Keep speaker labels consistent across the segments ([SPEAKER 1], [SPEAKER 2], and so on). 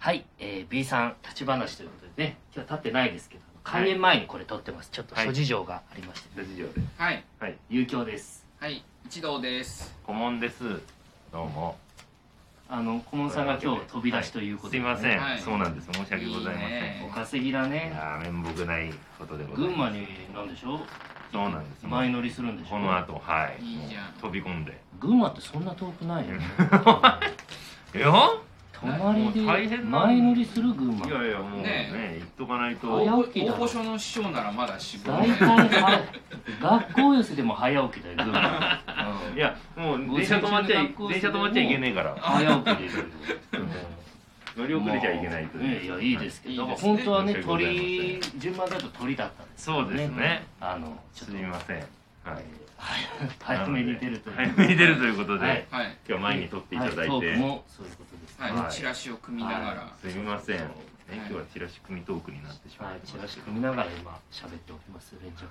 [SPEAKER 1] はい、えー、B さん立ち話ということでね今日は立ってないですけど開演前にこれ撮ってますちょっと諸事情がありまして、
[SPEAKER 2] 大丈夫で
[SPEAKER 3] はい
[SPEAKER 1] はい、有興です
[SPEAKER 3] はい一同です
[SPEAKER 2] 顧問ですどうも
[SPEAKER 1] あの顧問さんが今日飛び出しということで、
[SPEAKER 2] はいすいません、
[SPEAKER 3] はい
[SPEAKER 2] そうなんです申し訳ございませんい,、
[SPEAKER 3] いいね
[SPEAKER 1] お稼ぎだね
[SPEAKER 2] やー面目ないことでござい
[SPEAKER 1] 群
[SPEAKER 2] ま
[SPEAKER 1] 馬になんでしょう
[SPEAKER 2] すそうなんです
[SPEAKER 1] 前乗りするんでしょ
[SPEAKER 2] この後はい
[SPEAKER 3] いいじゃん
[SPEAKER 2] もう飛び込んで
[SPEAKER 1] 群馬ってそんな遠くないよね
[SPEAKER 2] えよ
[SPEAKER 1] 隣で
[SPEAKER 2] もう 大変な
[SPEAKER 1] 前乗りする群馬
[SPEAKER 2] いやいやもうね
[SPEAKER 3] ね
[SPEAKER 2] 行っとかないと
[SPEAKER 1] 早
[SPEAKER 3] 大
[SPEAKER 1] 起きだ
[SPEAKER 3] 御所の師匠ならまだしぼ
[SPEAKER 1] 大体は学校寄せでも早起きだよ群 馬、うん
[SPEAKER 2] いやもう電車止まっちゃ
[SPEAKER 1] 午前中の
[SPEAKER 2] い
[SPEAKER 1] 学校
[SPEAKER 2] 電車止まっちゃいけねえから
[SPEAKER 1] 早起きでいる
[SPEAKER 2] 乗り遅れちゃいけないと
[SPEAKER 1] といやいやいいですけど、
[SPEAKER 3] いいですね
[SPEAKER 1] 本当はね
[SPEAKER 2] 申し訳ございませ
[SPEAKER 1] 鳥
[SPEAKER 2] ん
[SPEAKER 1] 順番だと鳥だったんです
[SPEAKER 2] そうですね
[SPEAKER 1] あのちょっ
[SPEAKER 2] す
[SPEAKER 1] と
[SPEAKER 2] みませんはい
[SPEAKER 1] 早めに出るという
[SPEAKER 2] 早めに出るということで、
[SPEAKER 1] はい
[SPEAKER 3] はい
[SPEAKER 2] 今日は前に撮っていただいて、
[SPEAKER 1] はトークもそういうことです
[SPEAKER 3] はい、
[SPEAKER 2] はい
[SPEAKER 3] チラシを組みながら、
[SPEAKER 1] は
[SPEAKER 2] すみません、ね、今日はチラシ組トークになってしま
[SPEAKER 1] はいい
[SPEAKER 2] まし
[SPEAKER 1] チ
[SPEAKER 2] た
[SPEAKER 1] ラシ組みながら今喋っております連着点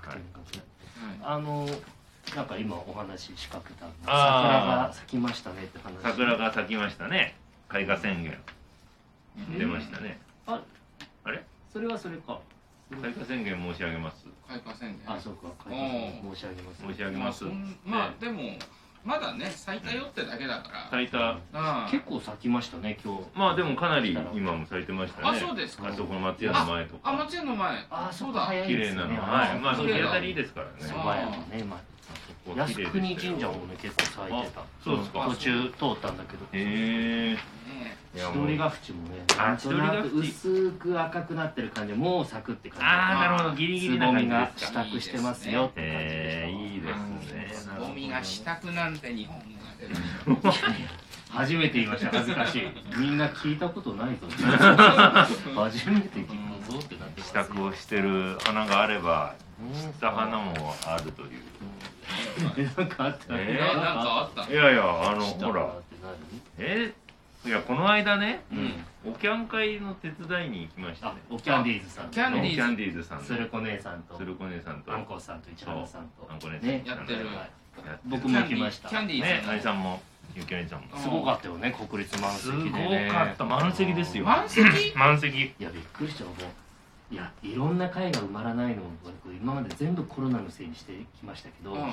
[SPEAKER 1] が、
[SPEAKER 3] は
[SPEAKER 1] あのなんか今お話ししかけたの桜
[SPEAKER 2] あー
[SPEAKER 1] が咲きましたねって話
[SPEAKER 2] 桜が咲きましたね開花宣言
[SPEAKER 3] い
[SPEAKER 2] 出ましたね、
[SPEAKER 1] あ
[SPEAKER 2] あれ
[SPEAKER 1] それはそれか
[SPEAKER 2] 開花宣言申し上げます
[SPEAKER 3] 開花宣言
[SPEAKER 1] あそうか
[SPEAKER 3] おー
[SPEAKER 1] 申し上げます
[SPEAKER 2] 申し上げ
[SPEAKER 3] ま
[SPEAKER 2] ま
[SPEAKER 3] あ
[SPEAKER 2] す
[SPEAKER 3] そんまあでもまだね咲いたよってだけだから、
[SPEAKER 2] 咲いた
[SPEAKER 3] あ
[SPEAKER 1] 結構咲きましたね今日
[SPEAKER 2] まあでもかなり今も咲いてましたね
[SPEAKER 3] あそうです
[SPEAKER 1] か
[SPEAKER 2] あそこの松屋の前と
[SPEAKER 3] あ
[SPEAKER 2] か
[SPEAKER 3] 松屋の前
[SPEAKER 1] あ
[SPEAKER 3] そ
[SPEAKER 1] そうう
[SPEAKER 3] だ
[SPEAKER 1] だ早い
[SPEAKER 2] 綺
[SPEAKER 1] で
[SPEAKER 2] 麗
[SPEAKER 1] す
[SPEAKER 2] な
[SPEAKER 1] ね
[SPEAKER 2] のはいまあ
[SPEAKER 1] そ
[SPEAKER 2] 日
[SPEAKER 1] うだ
[SPEAKER 2] 当たりいいですからね
[SPEAKER 1] そ
[SPEAKER 3] そう
[SPEAKER 1] ば屋もねま
[SPEAKER 2] ここ
[SPEAKER 1] あ
[SPEAKER 2] 綺
[SPEAKER 1] 靖
[SPEAKER 2] 麗で
[SPEAKER 1] 国
[SPEAKER 2] したよ
[SPEAKER 1] 神社もね結構咲いてた
[SPEAKER 2] あそうですか
[SPEAKER 1] 途中通ったんだけど
[SPEAKER 2] へえ
[SPEAKER 3] ね
[SPEAKER 2] い
[SPEAKER 1] 千
[SPEAKER 2] やもう
[SPEAKER 1] 鳥ヶ淵もね
[SPEAKER 2] あ
[SPEAKER 1] なんとなく
[SPEAKER 2] 千鳥ヶ淵
[SPEAKER 1] 薄く赤くなってる感じでもう咲くって感
[SPEAKER 2] ああなるほどギリ
[SPEAKER 1] じ
[SPEAKER 2] ギ
[SPEAKER 1] つ
[SPEAKER 2] リな
[SPEAKER 1] ぼみ
[SPEAKER 2] 感じ
[SPEAKER 1] が
[SPEAKER 2] です
[SPEAKER 1] 支
[SPEAKER 2] か
[SPEAKER 1] 度してますよって感じでした
[SPEAKER 2] へえいいで
[SPEAKER 3] え
[SPEAKER 2] す
[SPEAKER 3] つ
[SPEAKER 2] ね
[SPEAKER 3] ぼみがしたくなんて日本語が出る
[SPEAKER 1] 初めて言いました恥ずか しいみんな聞いたことないぞ初めて聞くぞってなってます
[SPEAKER 2] 支度をしてる花があれば散った花もあるという
[SPEAKER 1] なんかあった
[SPEAKER 2] えー
[SPEAKER 3] ななんかあった
[SPEAKER 2] いやいやあの
[SPEAKER 1] した
[SPEAKER 2] ほ
[SPEAKER 1] から
[SPEAKER 2] ら
[SPEAKER 1] って
[SPEAKER 2] えいやこの間ね
[SPEAKER 1] 何うん
[SPEAKER 2] おキャン会の手伝いに行きました
[SPEAKER 1] あ
[SPEAKER 2] ね
[SPEAKER 1] おキャンディーズさん
[SPEAKER 3] キャンディーズ
[SPEAKER 2] キャンディーズさん
[SPEAKER 1] 鶴子姉さんと
[SPEAKER 2] 鶴子姉さんと
[SPEAKER 1] あんこさんと市原さんと
[SPEAKER 2] あんこ姉さん
[SPEAKER 1] ね
[SPEAKER 3] やってる
[SPEAKER 1] はい
[SPEAKER 2] やって
[SPEAKER 1] 僕も行きました
[SPEAKER 3] キャンディー
[SPEAKER 2] ね
[SPEAKER 3] キャンディーさん
[SPEAKER 2] あいさんもゆきあいちゃんも
[SPEAKER 3] うん
[SPEAKER 1] すごかったよね国立満
[SPEAKER 2] す
[SPEAKER 1] 席
[SPEAKER 2] ご
[SPEAKER 1] でね
[SPEAKER 2] かった満席ですよ
[SPEAKER 3] 満席
[SPEAKER 2] 満席
[SPEAKER 1] いやびっくりしたもういやいろんな会が埋まらないのも僕今まで全部コロナのせいにしてきましたけど、
[SPEAKER 3] うん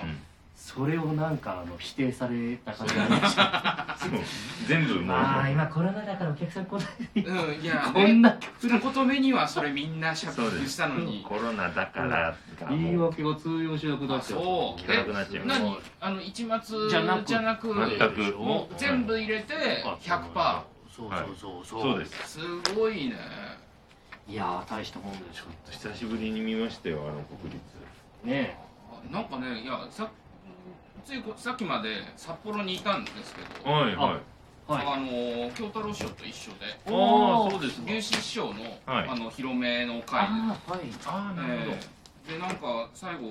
[SPEAKER 1] それをなんかあの否定された感じがありました
[SPEAKER 2] そう全部もう
[SPEAKER 1] まあ今コロナだからお客さん来ない
[SPEAKER 3] うんいや
[SPEAKER 1] こんな
[SPEAKER 3] 二言目にはそれみんなしゃ
[SPEAKER 2] そうです
[SPEAKER 3] したのに
[SPEAKER 2] コロナだからがもう
[SPEAKER 1] 言い訳が通用しなくなっちゃ
[SPEAKER 3] あそう
[SPEAKER 2] えなくなっちゃう
[SPEAKER 3] 何あの一末
[SPEAKER 1] じゃなく
[SPEAKER 3] じゃなく
[SPEAKER 2] 全く
[SPEAKER 3] もう全部入れて100%
[SPEAKER 1] そうそうそうそう、
[SPEAKER 2] そうです
[SPEAKER 3] すごいね
[SPEAKER 1] いやー大したもんでしょ
[SPEAKER 2] 久しぶりに見ましたよあの国立
[SPEAKER 1] ね
[SPEAKER 3] なんかねいやさついこさっきまで札幌にいたんですけど、
[SPEAKER 2] はいはい
[SPEAKER 1] えはい
[SPEAKER 3] あの京太郎師匠と一緒で
[SPEAKER 2] あ
[SPEAKER 1] お
[SPEAKER 2] あ
[SPEAKER 1] ー
[SPEAKER 2] そうですか
[SPEAKER 3] 牛志師匠の,、
[SPEAKER 2] はい
[SPEAKER 3] あの広めの会で
[SPEAKER 1] ああはい
[SPEAKER 2] ああなるほど
[SPEAKER 3] ええでなんか最後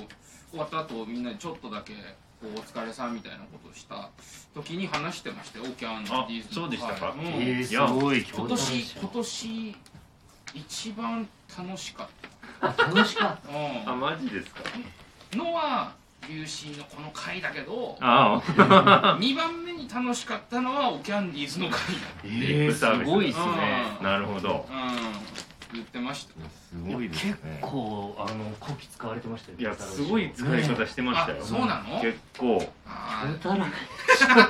[SPEAKER 3] 終わった後みんなでちょっとだけこうお疲れさんみたいなことをした時に話してましたよオーキャンディーズ
[SPEAKER 2] あそうでしたか
[SPEAKER 3] はいうん
[SPEAKER 1] えー、
[SPEAKER 2] いや
[SPEAKER 1] すごい京
[SPEAKER 3] 今
[SPEAKER 1] 都
[SPEAKER 3] 年
[SPEAKER 1] 市
[SPEAKER 3] 今年一番楽しかっ、
[SPEAKER 1] あ楽しかった
[SPEAKER 3] うん
[SPEAKER 2] あマジですか
[SPEAKER 3] のは流進のこの回だけど
[SPEAKER 2] あ
[SPEAKER 3] 2番目に楽しかったのはオキャンディーズの回
[SPEAKER 1] た
[SPEAKER 2] えー
[SPEAKER 1] すごいですね
[SPEAKER 2] あなるほど
[SPEAKER 3] だうん言ってました
[SPEAKER 2] すごいですね
[SPEAKER 1] 結構あのこき使われてましたよ
[SPEAKER 2] いやすごい使い方してましたよ
[SPEAKER 3] あそうなの
[SPEAKER 2] 結構
[SPEAKER 3] あ
[SPEAKER 1] 歌らないな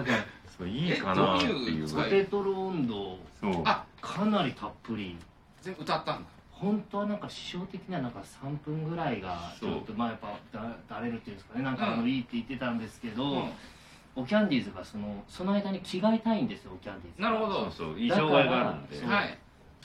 [SPEAKER 1] んか
[SPEAKER 2] そういいかなっていう
[SPEAKER 3] えど
[SPEAKER 1] ポ
[SPEAKER 3] う
[SPEAKER 1] テトロンド
[SPEAKER 2] そう
[SPEAKER 3] あ
[SPEAKER 1] かなりたっぷり
[SPEAKER 3] 全部歌ったんだ
[SPEAKER 1] 本当はなんか師匠的にはなんか3分ぐらいがち
[SPEAKER 2] そう
[SPEAKER 1] ょっとまあやっぱだだれるっていうんですかねなんかあ
[SPEAKER 3] う
[SPEAKER 1] の
[SPEAKER 3] ん
[SPEAKER 1] いいって言ってたんですけど、
[SPEAKER 3] うん
[SPEAKER 1] おキャンディーズがそのその間に着替えたいんですよおキャンディーズが
[SPEAKER 3] なるほ
[SPEAKER 2] そう
[SPEAKER 3] ど
[SPEAKER 2] そういい障害があるんで
[SPEAKER 1] そう
[SPEAKER 3] はい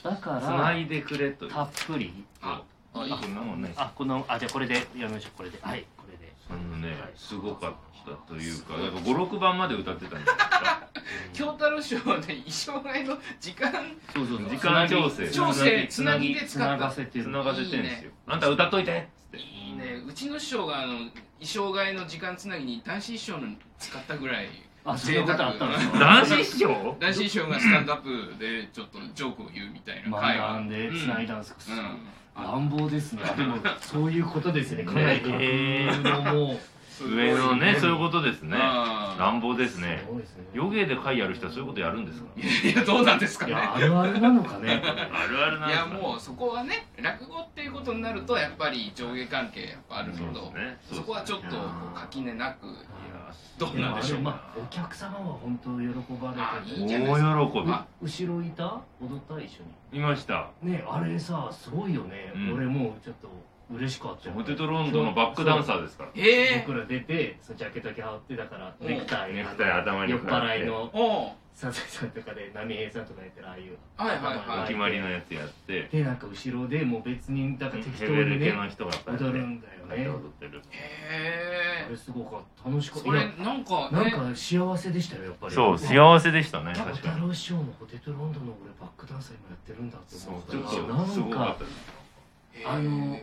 [SPEAKER 1] だから
[SPEAKER 2] 繋いでくれという
[SPEAKER 1] たっぷり
[SPEAKER 3] あ
[SPEAKER 2] そういいこんなもんね
[SPEAKER 1] あこのあじゃあこれでやめましょうこれではいこれで
[SPEAKER 2] あのね
[SPEAKER 1] はい
[SPEAKER 2] すごかったというかやっぱ56番まで歌ってたんですか
[SPEAKER 3] 京太郎賞はね衣装替えの時間
[SPEAKER 1] そうそう
[SPEAKER 2] 時間調整
[SPEAKER 3] 調整
[SPEAKER 1] つなぎ
[SPEAKER 3] つなぎで
[SPEAKER 1] つ
[SPEAKER 3] 使った
[SPEAKER 1] ながせてる
[SPEAKER 2] 繋がせてんです
[SPEAKER 3] いい
[SPEAKER 2] よあんた歌っといてっつって
[SPEAKER 3] いいねうちの師匠があの衣装替えの時間つなぎに男子衣装の使ったぐらい
[SPEAKER 1] あそんなことあったんですか
[SPEAKER 2] 男子師匠
[SPEAKER 3] 男子衣装がスタンドアップでちょっとジョークを言うみたいな回が
[SPEAKER 1] 学んでつないだんですか、
[SPEAKER 3] うんうん
[SPEAKER 1] 乱暴ですねでもそういうことですねかなり
[SPEAKER 2] ね
[SPEAKER 1] のもう
[SPEAKER 2] 上のねそういうことですね
[SPEAKER 3] あー
[SPEAKER 2] 乱暴ですね
[SPEAKER 1] すごいですね
[SPEAKER 2] 余芸で会やる人はそういうことやるんですか
[SPEAKER 3] いやどうなんですか
[SPEAKER 1] い
[SPEAKER 3] ね
[SPEAKER 1] やあるあるなのかね
[SPEAKER 2] あるあるなん
[SPEAKER 3] い
[SPEAKER 2] です
[SPEAKER 3] や
[SPEAKER 2] か
[SPEAKER 3] もうそこはね落語っていうことになるとやっぱり上下関係やっぱあるけど、
[SPEAKER 2] そうですねそうですね
[SPEAKER 3] そこはちょっとこう垣根なくどう
[SPEAKER 1] いや
[SPEAKER 3] なんでしょ
[SPEAKER 1] あ
[SPEAKER 3] う
[SPEAKER 1] れ
[SPEAKER 3] か
[SPEAKER 1] まあお客様は本当喜ばれて
[SPEAKER 3] い
[SPEAKER 1] て
[SPEAKER 3] いじゃないですか
[SPEAKER 2] 大喜び
[SPEAKER 3] あ
[SPEAKER 1] 後ろいた踊った一緒
[SPEAKER 2] いました
[SPEAKER 1] にねあれさすごいよね、
[SPEAKER 2] うん
[SPEAKER 1] 俺もうちょっと嬉しかったよ
[SPEAKER 2] ポテトロンドンのバックダンサーですから
[SPEAKER 3] ええ
[SPEAKER 1] 僕ら出てそうジャケットだけ羽織ってだから
[SPEAKER 3] うん
[SPEAKER 1] ネクタイ
[SPEAKER 2] ネクタイ頭に
[SPEAKER 1] 酔っ払い
[SPEAKER 2] は
[SPEAKER 1] の
[SPEAKER 3] おう
[SPEAKER 1] サザエさんとかで波平さんとかやってるああいう
[SPEAKER 3] はいはいはい
[SPEAKER 2] お決まりのやつやって
[SPEAKER 1] でなんか後ろでもう別にだから適当
[SPEAKER 2] ヘベル
[SPEAKER 1] に
[SPEAKER 2] 系
[SPEAKER 1] ね
[SPEAKER 2] の人がこうやって
[SPEAKER 1] 踊るんだよね
[SPEAKER 2] 踊ってる
[SPEAKER 3] へ
[SPEAKER 1] あ
[SPEAKER 3] え
[SPEAKER 1] れすごかった楽しかった
[SPEAKER 3] そ
[SPEAKER 1] い
[SPEAKER 3] れ
[SPEAKER 1] や
[SPEAKER 3] なんかね
[SPEAKER 1] なんか幸せでしたよやっぱり
[SPEAKER 2] そう
[SPEAKER 1] せ
[SPEAKER 2] 幸せでしたね確
[SPEAKER 1] 太
[SPEAKER 2] かに
[SPEAKER 1] 郎師匠のポテトロンドンの俺バックダンサー今やってるんだって
[SPEAKER 2] そう
[SPEAKER 1] 思った
[SPEAKER 2] ちょ
[SPEAKER 1] ら
[SPEAKER 2] っとすごかったです
[SPEAKER 3] へえ
[SPEAKER 1] あの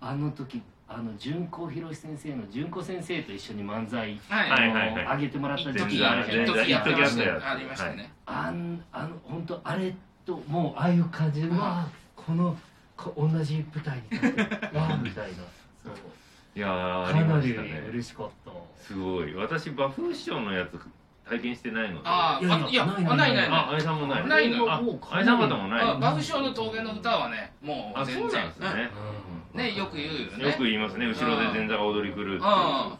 [SPEAKER 1] あの時あの純子博先生の純子先生と一緒に漫才
[SPEAKER 3] はい
[SPEAKER 2] はいはい
[SPEAKER 1] あの上げてもらった
[SPEAKER 3] 一
[SPEAKER 1] 時
[SPEAKER 3] 時
[SPEAKER 1] 期あ
[SPEAKER 3] や
[SPEAKER 1] る
[SPEAKER 3] っ
[SPEAKER 1] じ
[SPEAKER 3] て
[SPEAKER 1] ゃないです
[SPEAKER 2] 全然
[SPEAKER 1] か
[SPEAKER 3] 一時やってまし
[SPEAKER 2] 一時
[SPEAKER 3] た
[SPEAKER 2] やってたやつ
[SPEAKER 3] ねありましたね
[SPEAKER 1] あんあの本当あれともうああいう感じで、うわあこのこ同じ舞台に立ってわあみたいなそう
[SPEAKER 2] いやーあ
[SPEAKER 1] か
[SPEAKER 2] り
[SPEAKER 1] な
[SPEAKER 2] まし
[SPEAKER 1] り
[SPEAKER 2] たね
[SPEAKER 1] 嬉しかった
[SPEAKER 2] すごい私馬風師匠のやつ体験してないので
[SPEAKER 3] あ
[SPEAKER 2] あ
[SPEAKER 3] ーあいやないないない
[SPEAKER 2] ああいさんもない
[SPEAKER 3] ないのよ
[SPEAKER 2] ああいさん方も
[SPEAKER 3] あ
[SPEAKER 2] ない
[SPEAKER 3] バフショーの陶芸の歌はねもう
[SPEAKER 2] あそ
[SPEAKER 3] 全
[SPEAKER 2] うな
[SPEAKER 3] 然
[SPEAKER 2] んですね
[SPEAKER 1] うん
[SPEAKER 3] ねよく言うよね
[SPEAKER 2] よく言いますね後ろで前座が踊り狂うっていう
[SPEAKER 3] あ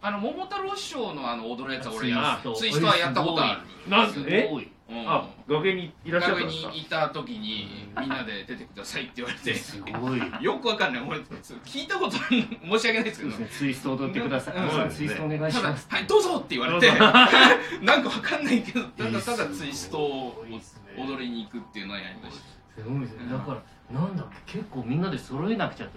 [SPEAKER 3] あの桃太郎師匠のあの踊るやつは俺や
[SPEAKER 1] ツ
[SPEAKER 3] ツ
[SPEAKER 1] イ
[SPEAKER 3] イ
[SPEAKER 1] ス
[SPEAKER 3] ス
[SPEAKER 1] ト
[SPEAKER 3] トはやったことある
[SPEAKER 2] なん
[SPEAKER 1] すご
[SPEAKER 2] え
[SPEAKER 1] い
[SPEAKER 3] うん
[SPEAKER 2] あ崖にいらっしゃった
[SPEAKER 3] 学
[SPEAKER 2] んで
[SPEAKER 3] 園
[SPEAKER 2] すか
[SPEAKER 3] にいた時にみんなで出てくださいって言わ れて
[SPEAKER 1] すごい
[SPEAKER 3] よくわかんない俺聞いたことない申し訳ないです
[SPEAKER 1] そ
[SPEAKER 3] け
[SPEAKER 1] う
[SPEAKER 3] ど
[SPEAKER 1] ですねツイスト踊ってください
[SPEAKER 3] うん
[SPEAKER 1] あツイストお願いした
[SPEAKER 3] だ
[SPEAKER 1] ます
[SPEAKER 3] 「はいどうぞ!」って言われて
[SPEAKER 2] どう
[SPEAKER 3] なんかわかんないけどただただツイストを
[SPEAKER 1] いいっすね
[SPEAKER 3] 踊りに行くっていうのはやりまし
[SPEAKER 1] すごいですねだからなんだっけ結構みんなで揃えなくちゃと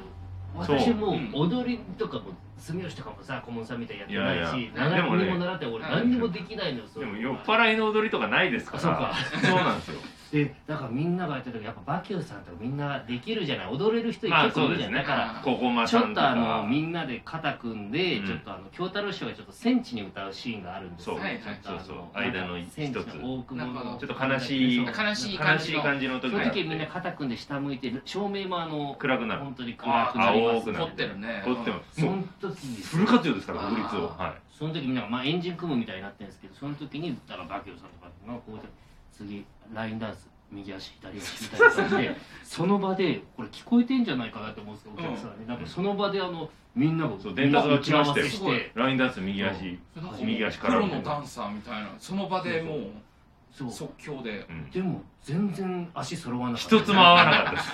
[SPEAKER 2] そう
[SPEAKER 1] 私もう
[SPEAKER 3] うん
[SPEAKER 1] 踊りとかも住吉とかもさ顧問さんみたいにやってないし
[SPEAKER 2] いやいや
[SPEAKER 1] 何
[SPEAKER 2] でもね
[SPEAKER 1] にも習って俺何にもできないのよそ
[SPEAKER 2] で
[SPEAKER 1] ういう
[SPEAKER 2] も
[SPEAKER 1] の
[SPEAKER 2] 酔っ払いの踊りとかないですか
[SPEAKER 1] あ
[SPEAKER 2] ら
[SPEAKER 1] そうか
[SPEAKER 2] そうなんですよ
[SPEAKER 1] でだからみんながやった時やっぱバキューさんとかみんなできるじゃない踊れる人
[SPEAKER 2] まあ
[SPEAKER 1] 結構
[SPEAKER 2] そ
[SPEAKER 1] いうる
[SPEAKER 2] で
[SPEAKER 1] じゃ
[SPEAKER 2] す
[SPEAKER 1] ない
[SPEAKER 2] ね
[SPEAKER 1] だから
[SPEAKER 2] ここま
[SPEAKER 1] ちょ
[SPEAKER 2] さん
[SPEAKER 1] っ
[SPEAKER 2] と
[SPEAKER 1] とあ
[SPEAKER 2] か
[SPEAKER 1] のみんなで肩組んで、
[SPEAKER 2] うん
[SPEAKER 1] ちょっとあの京太郎師匠がちょっと戦地に歌うシーンがあるんですよ
[SPEAKER 2] そう
[SPEAKER 3] はいはい
[SPEAKER 1] ちょっとあの
[SPEAKER 2] そうそう間の一つ
[SPEAKER 1] 戦地の大雲
[SPEAKER 3] なる
[SPEAKER 1] の
[SPEAKER 3] ほ
[SPEAKER 2] どちょっと悲しい
[SPEAKER 3] 悲しい
[SPEAKER 2] 悲しい感じの
[SPEAKER 1] そ
[SPEAKER 2] 時
[SPEAKER 1] の
[SPEAKER 2] があっ
[SPEAKER 1] 時みんな
[SPEAKER 2] て
[SPEAKER 1] 肩組んで下向いて照明もあの
[SPEAKER 2] 暗くなる
[SPEAKER 1] 本当に暗
[SPEAKER 3] た
[SPEAKER 1] くなりま
[SPEAKER 2] 青
[SPEAKER 1] す
[SPEAKER 2] く
[SPEAKER 1] ね
[SPEAKER 2] な
[SPEAKER 3] 凝ってるね
[SPEAKER 2] とっても
[SPEAKER 1] そ
[SPEAKER 2] もう
[SPEAKER 1] の時に
[SPEAKER 2] フル活用ですから独立を
[SPEAKER 3] あ
[SPEAKER 2] は
[SPEAKER 1] その時みんながまあエンジン組むみたいになってるんですけどその時にだからバキューさんとかがこうやって次ラインダンス右足左足みたいな感じ でその場でこれ聞こえてんじゃないかなって思うんですけどお客さんに、なんかその場であのみんなが
[SPEAKER 2] そう伝達が来ましたよ
[SPEAKER 1] 打ち合わせ
[SPEAKER 3] すごい
[SPEAKER 2] いラインダンス右足
[SPEAKER 3] なんかもう
[SPEAKER 2] 右足か
[SPEAKER 3] プ
[SPEAKER 2] ら
[SPEAKER 3] ロのダンサーみたいなその場でもう
[SPEAKER 1] そう
[SPEAKER 3] 即興で
[SPEAKER 2] うん
[SPEAKER 1] でも全然足揃わなかった
[SPEAKER 2] 一つも合わなかった です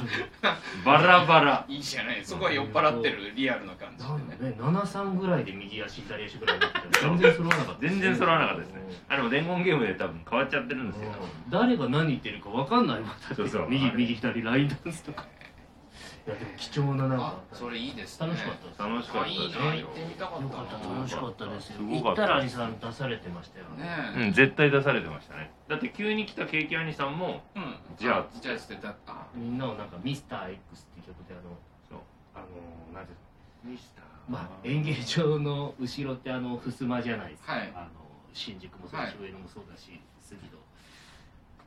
[SPEAKER 2] バラバラ
[SPEAKER 3] いいじゃないそこは酔っ払ってるリアルな感じ
[SPEAKER 1] なん
[SPEAKER 3] でね
[SPEAKER 1] だね73ぐらいで右足左足ぐらいになってたのに全然揃わなかった
[SPEAKER 2] 全然揃わなかったですねあれも伝言ゲームで多分変わっちゃってるんですよ
[SPEAKER 1] うん誰が何言ってるかわかんないもんだって
[SPEAKER 2] そうそう
[SPEAKER 1] 右右左ラインダンスとかいやでも貴重ななんか
[SPEAKER 3] あそれいいですね
[SPEAKER 1] 楽しかったです
[SPEAKER 2] 楽しかっ
[SPEAKER 3] あい
[SPEAKER 2] た
[SPEAKER 3] い
[SPEAKER 2] です
[SPEAKER 3] な行ってみたかった
[SPEAKER 1] よかった楽しかったですよ
[SPEAKER 2] すご
[SPEAKER 1] 行
[SPEAKER 2] か
[SPEAKER 1] っ
[SPEAKER 2] ったた
[SPEAKER 1] ら兄さん出されてましたよね
[SPEAKER 3] ね
[SPEAKER 2] う
[SPEAKER 3] え
[SPEAKER 2] ん絶対出されてましたねだって急に来たケーキ兄さんも
[SPEAKER 3] うん
[SPEAKER 2] じゃあ
[SPEAKER 3] じゃあ捨てたあ
[SPEAKER 1] みんなをなんか「ミスター x って曲であの
[SPEAKER 2] そう
[SPEAKER 1] あのなんていうの
[SPEAKER 2] ミスター
[SPEAKER 1] まあ演芸場の後ろってあの襖じゃないですか、
[SPEAKER 3] はい
[SPEAKER 1] あの新宿もそうだし、
[SPEAKER 3] は
[SPEAKER 1] 上野もそうだし杉戸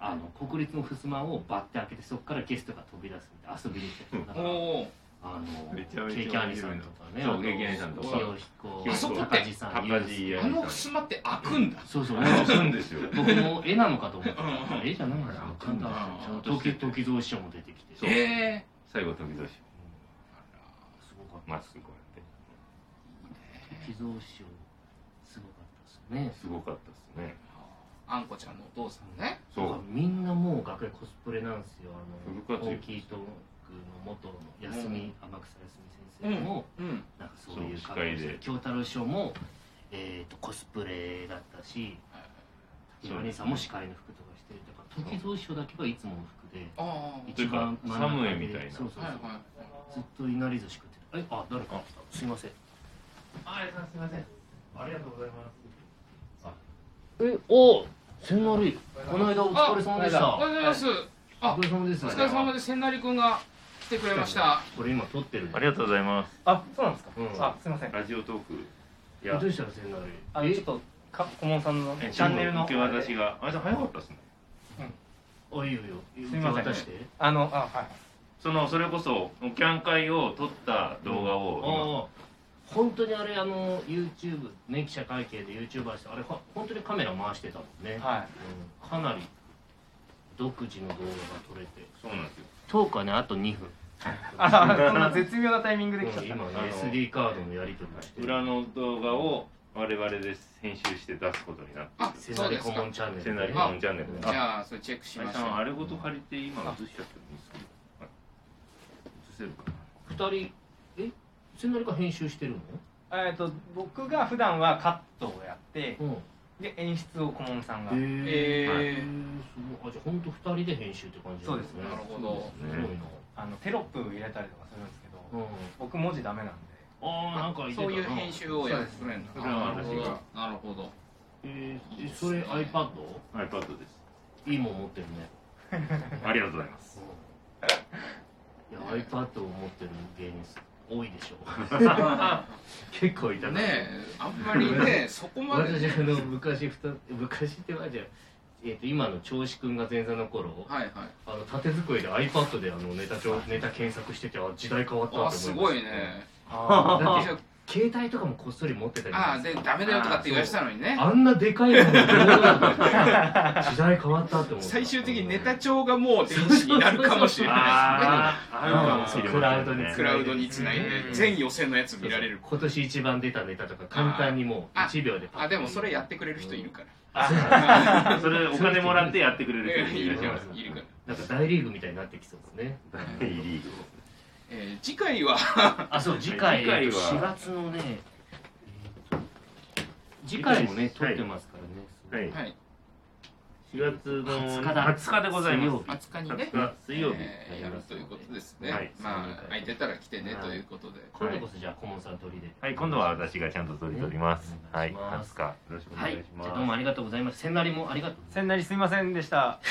[SPEAKER 1] あの国立の襖をバッて開けてそこからゲストが飛び出すみたいな遊びに来た人だ
[SPEAKER 3] お
[SPEAKER 1] から
[SPEAKER 3] お
[SPEAKER 1] あの
[SPEAKER 2] めちゃめちゃ
[SPEAKER 1] ケーキ兄さんとかね
[SPEAKER 2] そう
[SPEAKER 1] あと
[SPEAKER 2] ケーキ兄さんとか
[SPEAKER 1] 清彦
[SPEAKER 3] あそこって
[SPEAKER 1] 高地さん
[SPEAKER 2] 高地
[SPEAKER 1] ゆう
[SPEAKER 2] や
[SPEAKER 3] あの襖って開くんだ
[SPEAKER 1] さんそうそう
[SPEAKER 2] あそうなんですよ
[SPEAKER 1] 僕も絵なのかと思ったら
[SPEAKER 3] うん
[SPEAKER 1] 絵じゃないなちゃんと
[SPEAKER 3] ちゃん
[SPEAKER 2] として
[SPEAKER 1] 時
[SPEAKER 2] る
[SPEAKER 1] 時蔵師匠も出てきて
[SPEAKER 2] そう
[SPEAKER 1] うん
[SPEAKER 3] ええ
[SPEAKER 2] 最後時々
[SPEAKER 1] すごかった
[SPEAKER 2] マスクこうやっ
[SPEAKER 1] 時蔵師匠すごかったですよね
[SPEAKER 2] てすごかったですね
[SPEAKER 3] あんこちゃんのお父さんね
[SPEAKER 2] そう
[SPEAKER 1] だからみんなもう楽屋コスプレなんですよあ
[SPEAKER 2] フル
[SPEAKER 1] の
[SPEAKER 2] 活用
[SPEAKER 1] 大きいトークの元の安み、天草安み先生も、
[SPEAKER 3] うん
[SPEAKER 1] なんかそういう
[SPEAKER 2] そう
[SPEAKER 1] 格好
[SPEAKER 2] 司会
[SPEAKER 1] して
[SPEAKER 2] で
[SPEAKER 1] 京太郎師匠も、えー、とコスプレだったし
[SPEAKER 2] そう
[SPEAKER 1] 今姉さんも司会の服とかしてるだから時蔵師匠だけがいつもの服で
[SPEAKER 3] ああ
[SPEAKER 2] というか
[SPEAKER 1] 真ん中で
[SPEAKER 2] サムエみたいな
[SPEAKER 1] そうそうそう、
[SPEAKER 3] はいはい
[SPEAKER 1] ずっといなり寿司食ってるえあ誰か来たすいません
[SPEAKER 2] あいさんすいませんありがとうございます
[SPEAKER 1] えお千成この間お疲れ様でし
[SPEAKER 3] お
[SPEAKER 1] た
[SPEAKER 3] はようございま
[SPEAKER 1] お
[SPEAKER 3] す
[SPEAKER 1] 疲れ様です
[SPEAKER 3] お疲れ様です千成くんが来てくれました
[SPEAKER 1] これ今撮ってる
[SPEAKER 2] ありがとうございます
[SPEAKER 4] あ、そうなんですか。
[SPEAKER 1] うん
[SPEAKER 4] あ、すみません。
[SPEAKER 2] ラジオトークい
[SPEAKER 1] ど
[SPEAKER 2] や
[SPEAKER 1] うしたの千成
[SPEAKER 4] あ、ちょっと、か、顧問さんの
[SPEAKER 2] え
[SPEAKER 4] チャンネルの。
[SPEAKER 2] 受け渡しがあいさん早かったですね
[SPEAKER 1] あいいよいいよ
[SPEAKER 4] すいません
[SPEAKER 1] 渡して
[SPEAKER 4] あの、あ、はい。
[SPEAKER 2] そのそれこそおキャン会を撮った動画を
[SPEAKER 1] ああ本当にあれあの YouTube ね記者会見で YouTuber してあれほ本当にカメラ回してたもんね、
[SPEAKER 4] は
[SPEAKER 1] かなり独自の動画が撮れて
[SPEAKER 2] そうなんですよ
[SPEAKER 1] 10日ねあと2分
[SPEAKER 4] あそんな絶妙なタイミングで来ちゃ
[SPEAKER 1] う
[SPEAKER 4] っ
[SPEAKER 1] ん
[SPEAKER 4] た、
[SPEAKER 1] 今ね
[SPEAKER 2] あの
[SPEAKER 1] SD カードのやり取りをして
[SPEAKER 2] 裏の動画を我々で編集して出すことになっ
[SPEAKER 3] あ
[SPEAKER 1] セ
[SPEAKER 3] そ
[SPEAKER 1] ナ
[SPEAKER 3] う
[SPEAKER 1] リ
[SPEAKER 3] です
[SPEAKER 1] コ
[SPEAKER 3] か
[SPEAKER 1] モンチャンネル
[SPEAKER 2] てセナリ
[SPEAKER 3] コ
[SPEAKER 2] モ
[SPEAKER 3] モ
[SPEAKER 2] ンチャンネルで
[SPEAKER 3] じゃあそれチェックし
[SPEAKER 2] あ
[SPEAKER 3] ま
[SPEAKER 2] れ
[SPEAKER 3] しょ
[SPEAKER 2] さんあ
[SPEAKER 3] う
[SPEAKER 2] れごと借りて今映しちゃってもいいですけどはい映せるかな
[SPEAKER 1] 2人えセナリコ編集してるの
[SPEAKER 4] えっと僕が普段はカットをやって
[SPEAKER 1] うん
[SPEAKER 4] で演出を顧問さんが、
[SPEAKER 1] へ
[SPEAKER 3] えー
[SPEAKER 1] はいへすごいあじゃあ本当2人で編集って感じなん
[SPEAKER 4] そうです
[SPEAKER 3] なるほど
[SPEAKER 1] すごいな
[SPEAKER 4] あのテロップ入れたりとかするんですけど、
[SPEAKER 1] うん
[SPEAKER 4] 僕文字ダメなんで
[SPEAKER 1] ああなんか入れた
[SPEAKER 3] そ
[SPEAKER 1] な
[SPEAKER 3] ういう編集をやってくれるんだ
[SPEAKER 2] そうです
[SPEAKER 3] なる
[SPEAKER 2] そ
[SPEAKER 3] ほ
[SPEAKER 2] れ
[SPEAKER 3] ど
[SPEAKER 2] は
[SPEAKER 3] なるほど
[SPEAKER 1] えーえそれ iPad?
[SPEAKER 2] iPad です
[SPEAKER 1] いいもん持ってるね
[SPEAKER 2] ありがとうございます
[SPEAKER 1] いや iPad を持ってる芸人多いでしょ 結構いたな
[SPEAKER 3] ねえあんまりねそこまで
[SPEAKER 1] 私あの昔ふた昔ってわけじゃえー、と今の調子くんが前座の頃
[SPEAKER 3] はいはい
[SPEAKER 1] あの縦机で iPad であのネタ帳ネタ検索しててあ時代変わったなと思いま
[SPEAKER 3] あ
[SPEAKER 1] した
[SPEAKER 3] すごいね
[SPEAKER 1] だ
[SPEAKER 4] あ
[SPEAKER 1] って
[SPEAKER 3] あ
[SPEAKER 1] 携帯とかもこっそり持ってたり
[SPEAKER 3] あでダメだよとかって言われてたのにね
[SPEAKER 1] あんなでかいのにどうなんだ時代変わったって思った
[SPEAKER 3] 最終的にネタ帳がもう電子になるかもしれない
[SPEAKER 2] あー
[SPEAKER 1] あ
[SPEAKER 2] あ
[SPEAKER 1] る
[SPEAKER 2] る
[SPEAKER 1] か
[SPEAKER 2] か
[SPEAKER 1] も
[SPEAKER 2] も
[SPEAKER 1] し
[SPEAKER 2] し
[SPEAKER 1] れ
[SPEAKER 2] れ
[SPEAKER 1] ま
[SPEAKER 2] ま
[SPEAKER 1] せ
[SPEAKER 2] せ
[SPEAKER 1] んね
[SPEAKER 2] ん
[SPEAKER 1] クラウドに
[SPEAKER 3] クラウドにつないで
[SPEAKER 4] うん
[SPEAKER 3] 全予選のやつ見られる
[SPEAKER 1] 今年一番出たネタとか簡単にもう
[SPEAKER 3] あ
[SPEAKER 1] 1秒でパッ
[SPEAKER 3] あでもそれやってくれる人いるから
[SPEAKER 2] それお金もらってやってくれる人
[SPEAKER 3] いる
[SPEAKER 2] い
[SPEAKER 3] か
[SPEAKER 2] る
[SPEAKER 3] らいるから
[SPEAKER 1] なんか大リーグみたいになってきそうですね
[SPEAKER 2] いいリーグを
[SPEAKER 3] えー次回は
[SPEAKER 1] あそう次回
[SPEAKER 2] 次回は
[SPEAKER 1] 4月のねえーと次回もね撮
[SPEAKER 2] はい
[SPEAKER 1] ってますからね
[SPEAKER 2] はい
[SPEAKER 3] はい
[SPEAKER 2] 4月の
[SPEAKER 1] 20日だ
[SPEAKER 2] 20日でございま
[SPEAKER 1] 水曜
[SPEAKER 2] す
[SPEAKER 1] 日
[SPEAKER 3] 20日にね
[SPEAKER 2] 20日水曜日
[SPEAKER 3] えーやるということですね、
[SPEAKER 2] はい
[SPEAKER 3] まあ空いてたら来てねということで
[SPEAKER 1] 今度こそじゃあ顧問さん取りでは
[SPEAKER 2] はい今度は私がちゃんと取り取ります
[SPEAKER 1] お
[SPEAKER 2] は
[SPEAKER 1] 願い
[SPEAKER 2] い
[SPEAKER 1] しま
[SPEAKER 2] 20
[SPEAKER 1] す
[SPEAKER 2] 日よろしくお
[SPEAKER 1] は
[SPEAKER 2] 願い
[SPEAKER 1] い
[SPEAKER 2] し
[SPEAKER 1] じ
[SPEAKER 2] ま
[SPEAKER 1] ゃあ
[SPEAKER 2] す
[SPEAKER 1] どうもありがとうございますせんなりもありがとう
[SPEAKER 4] 千なりすいませんでした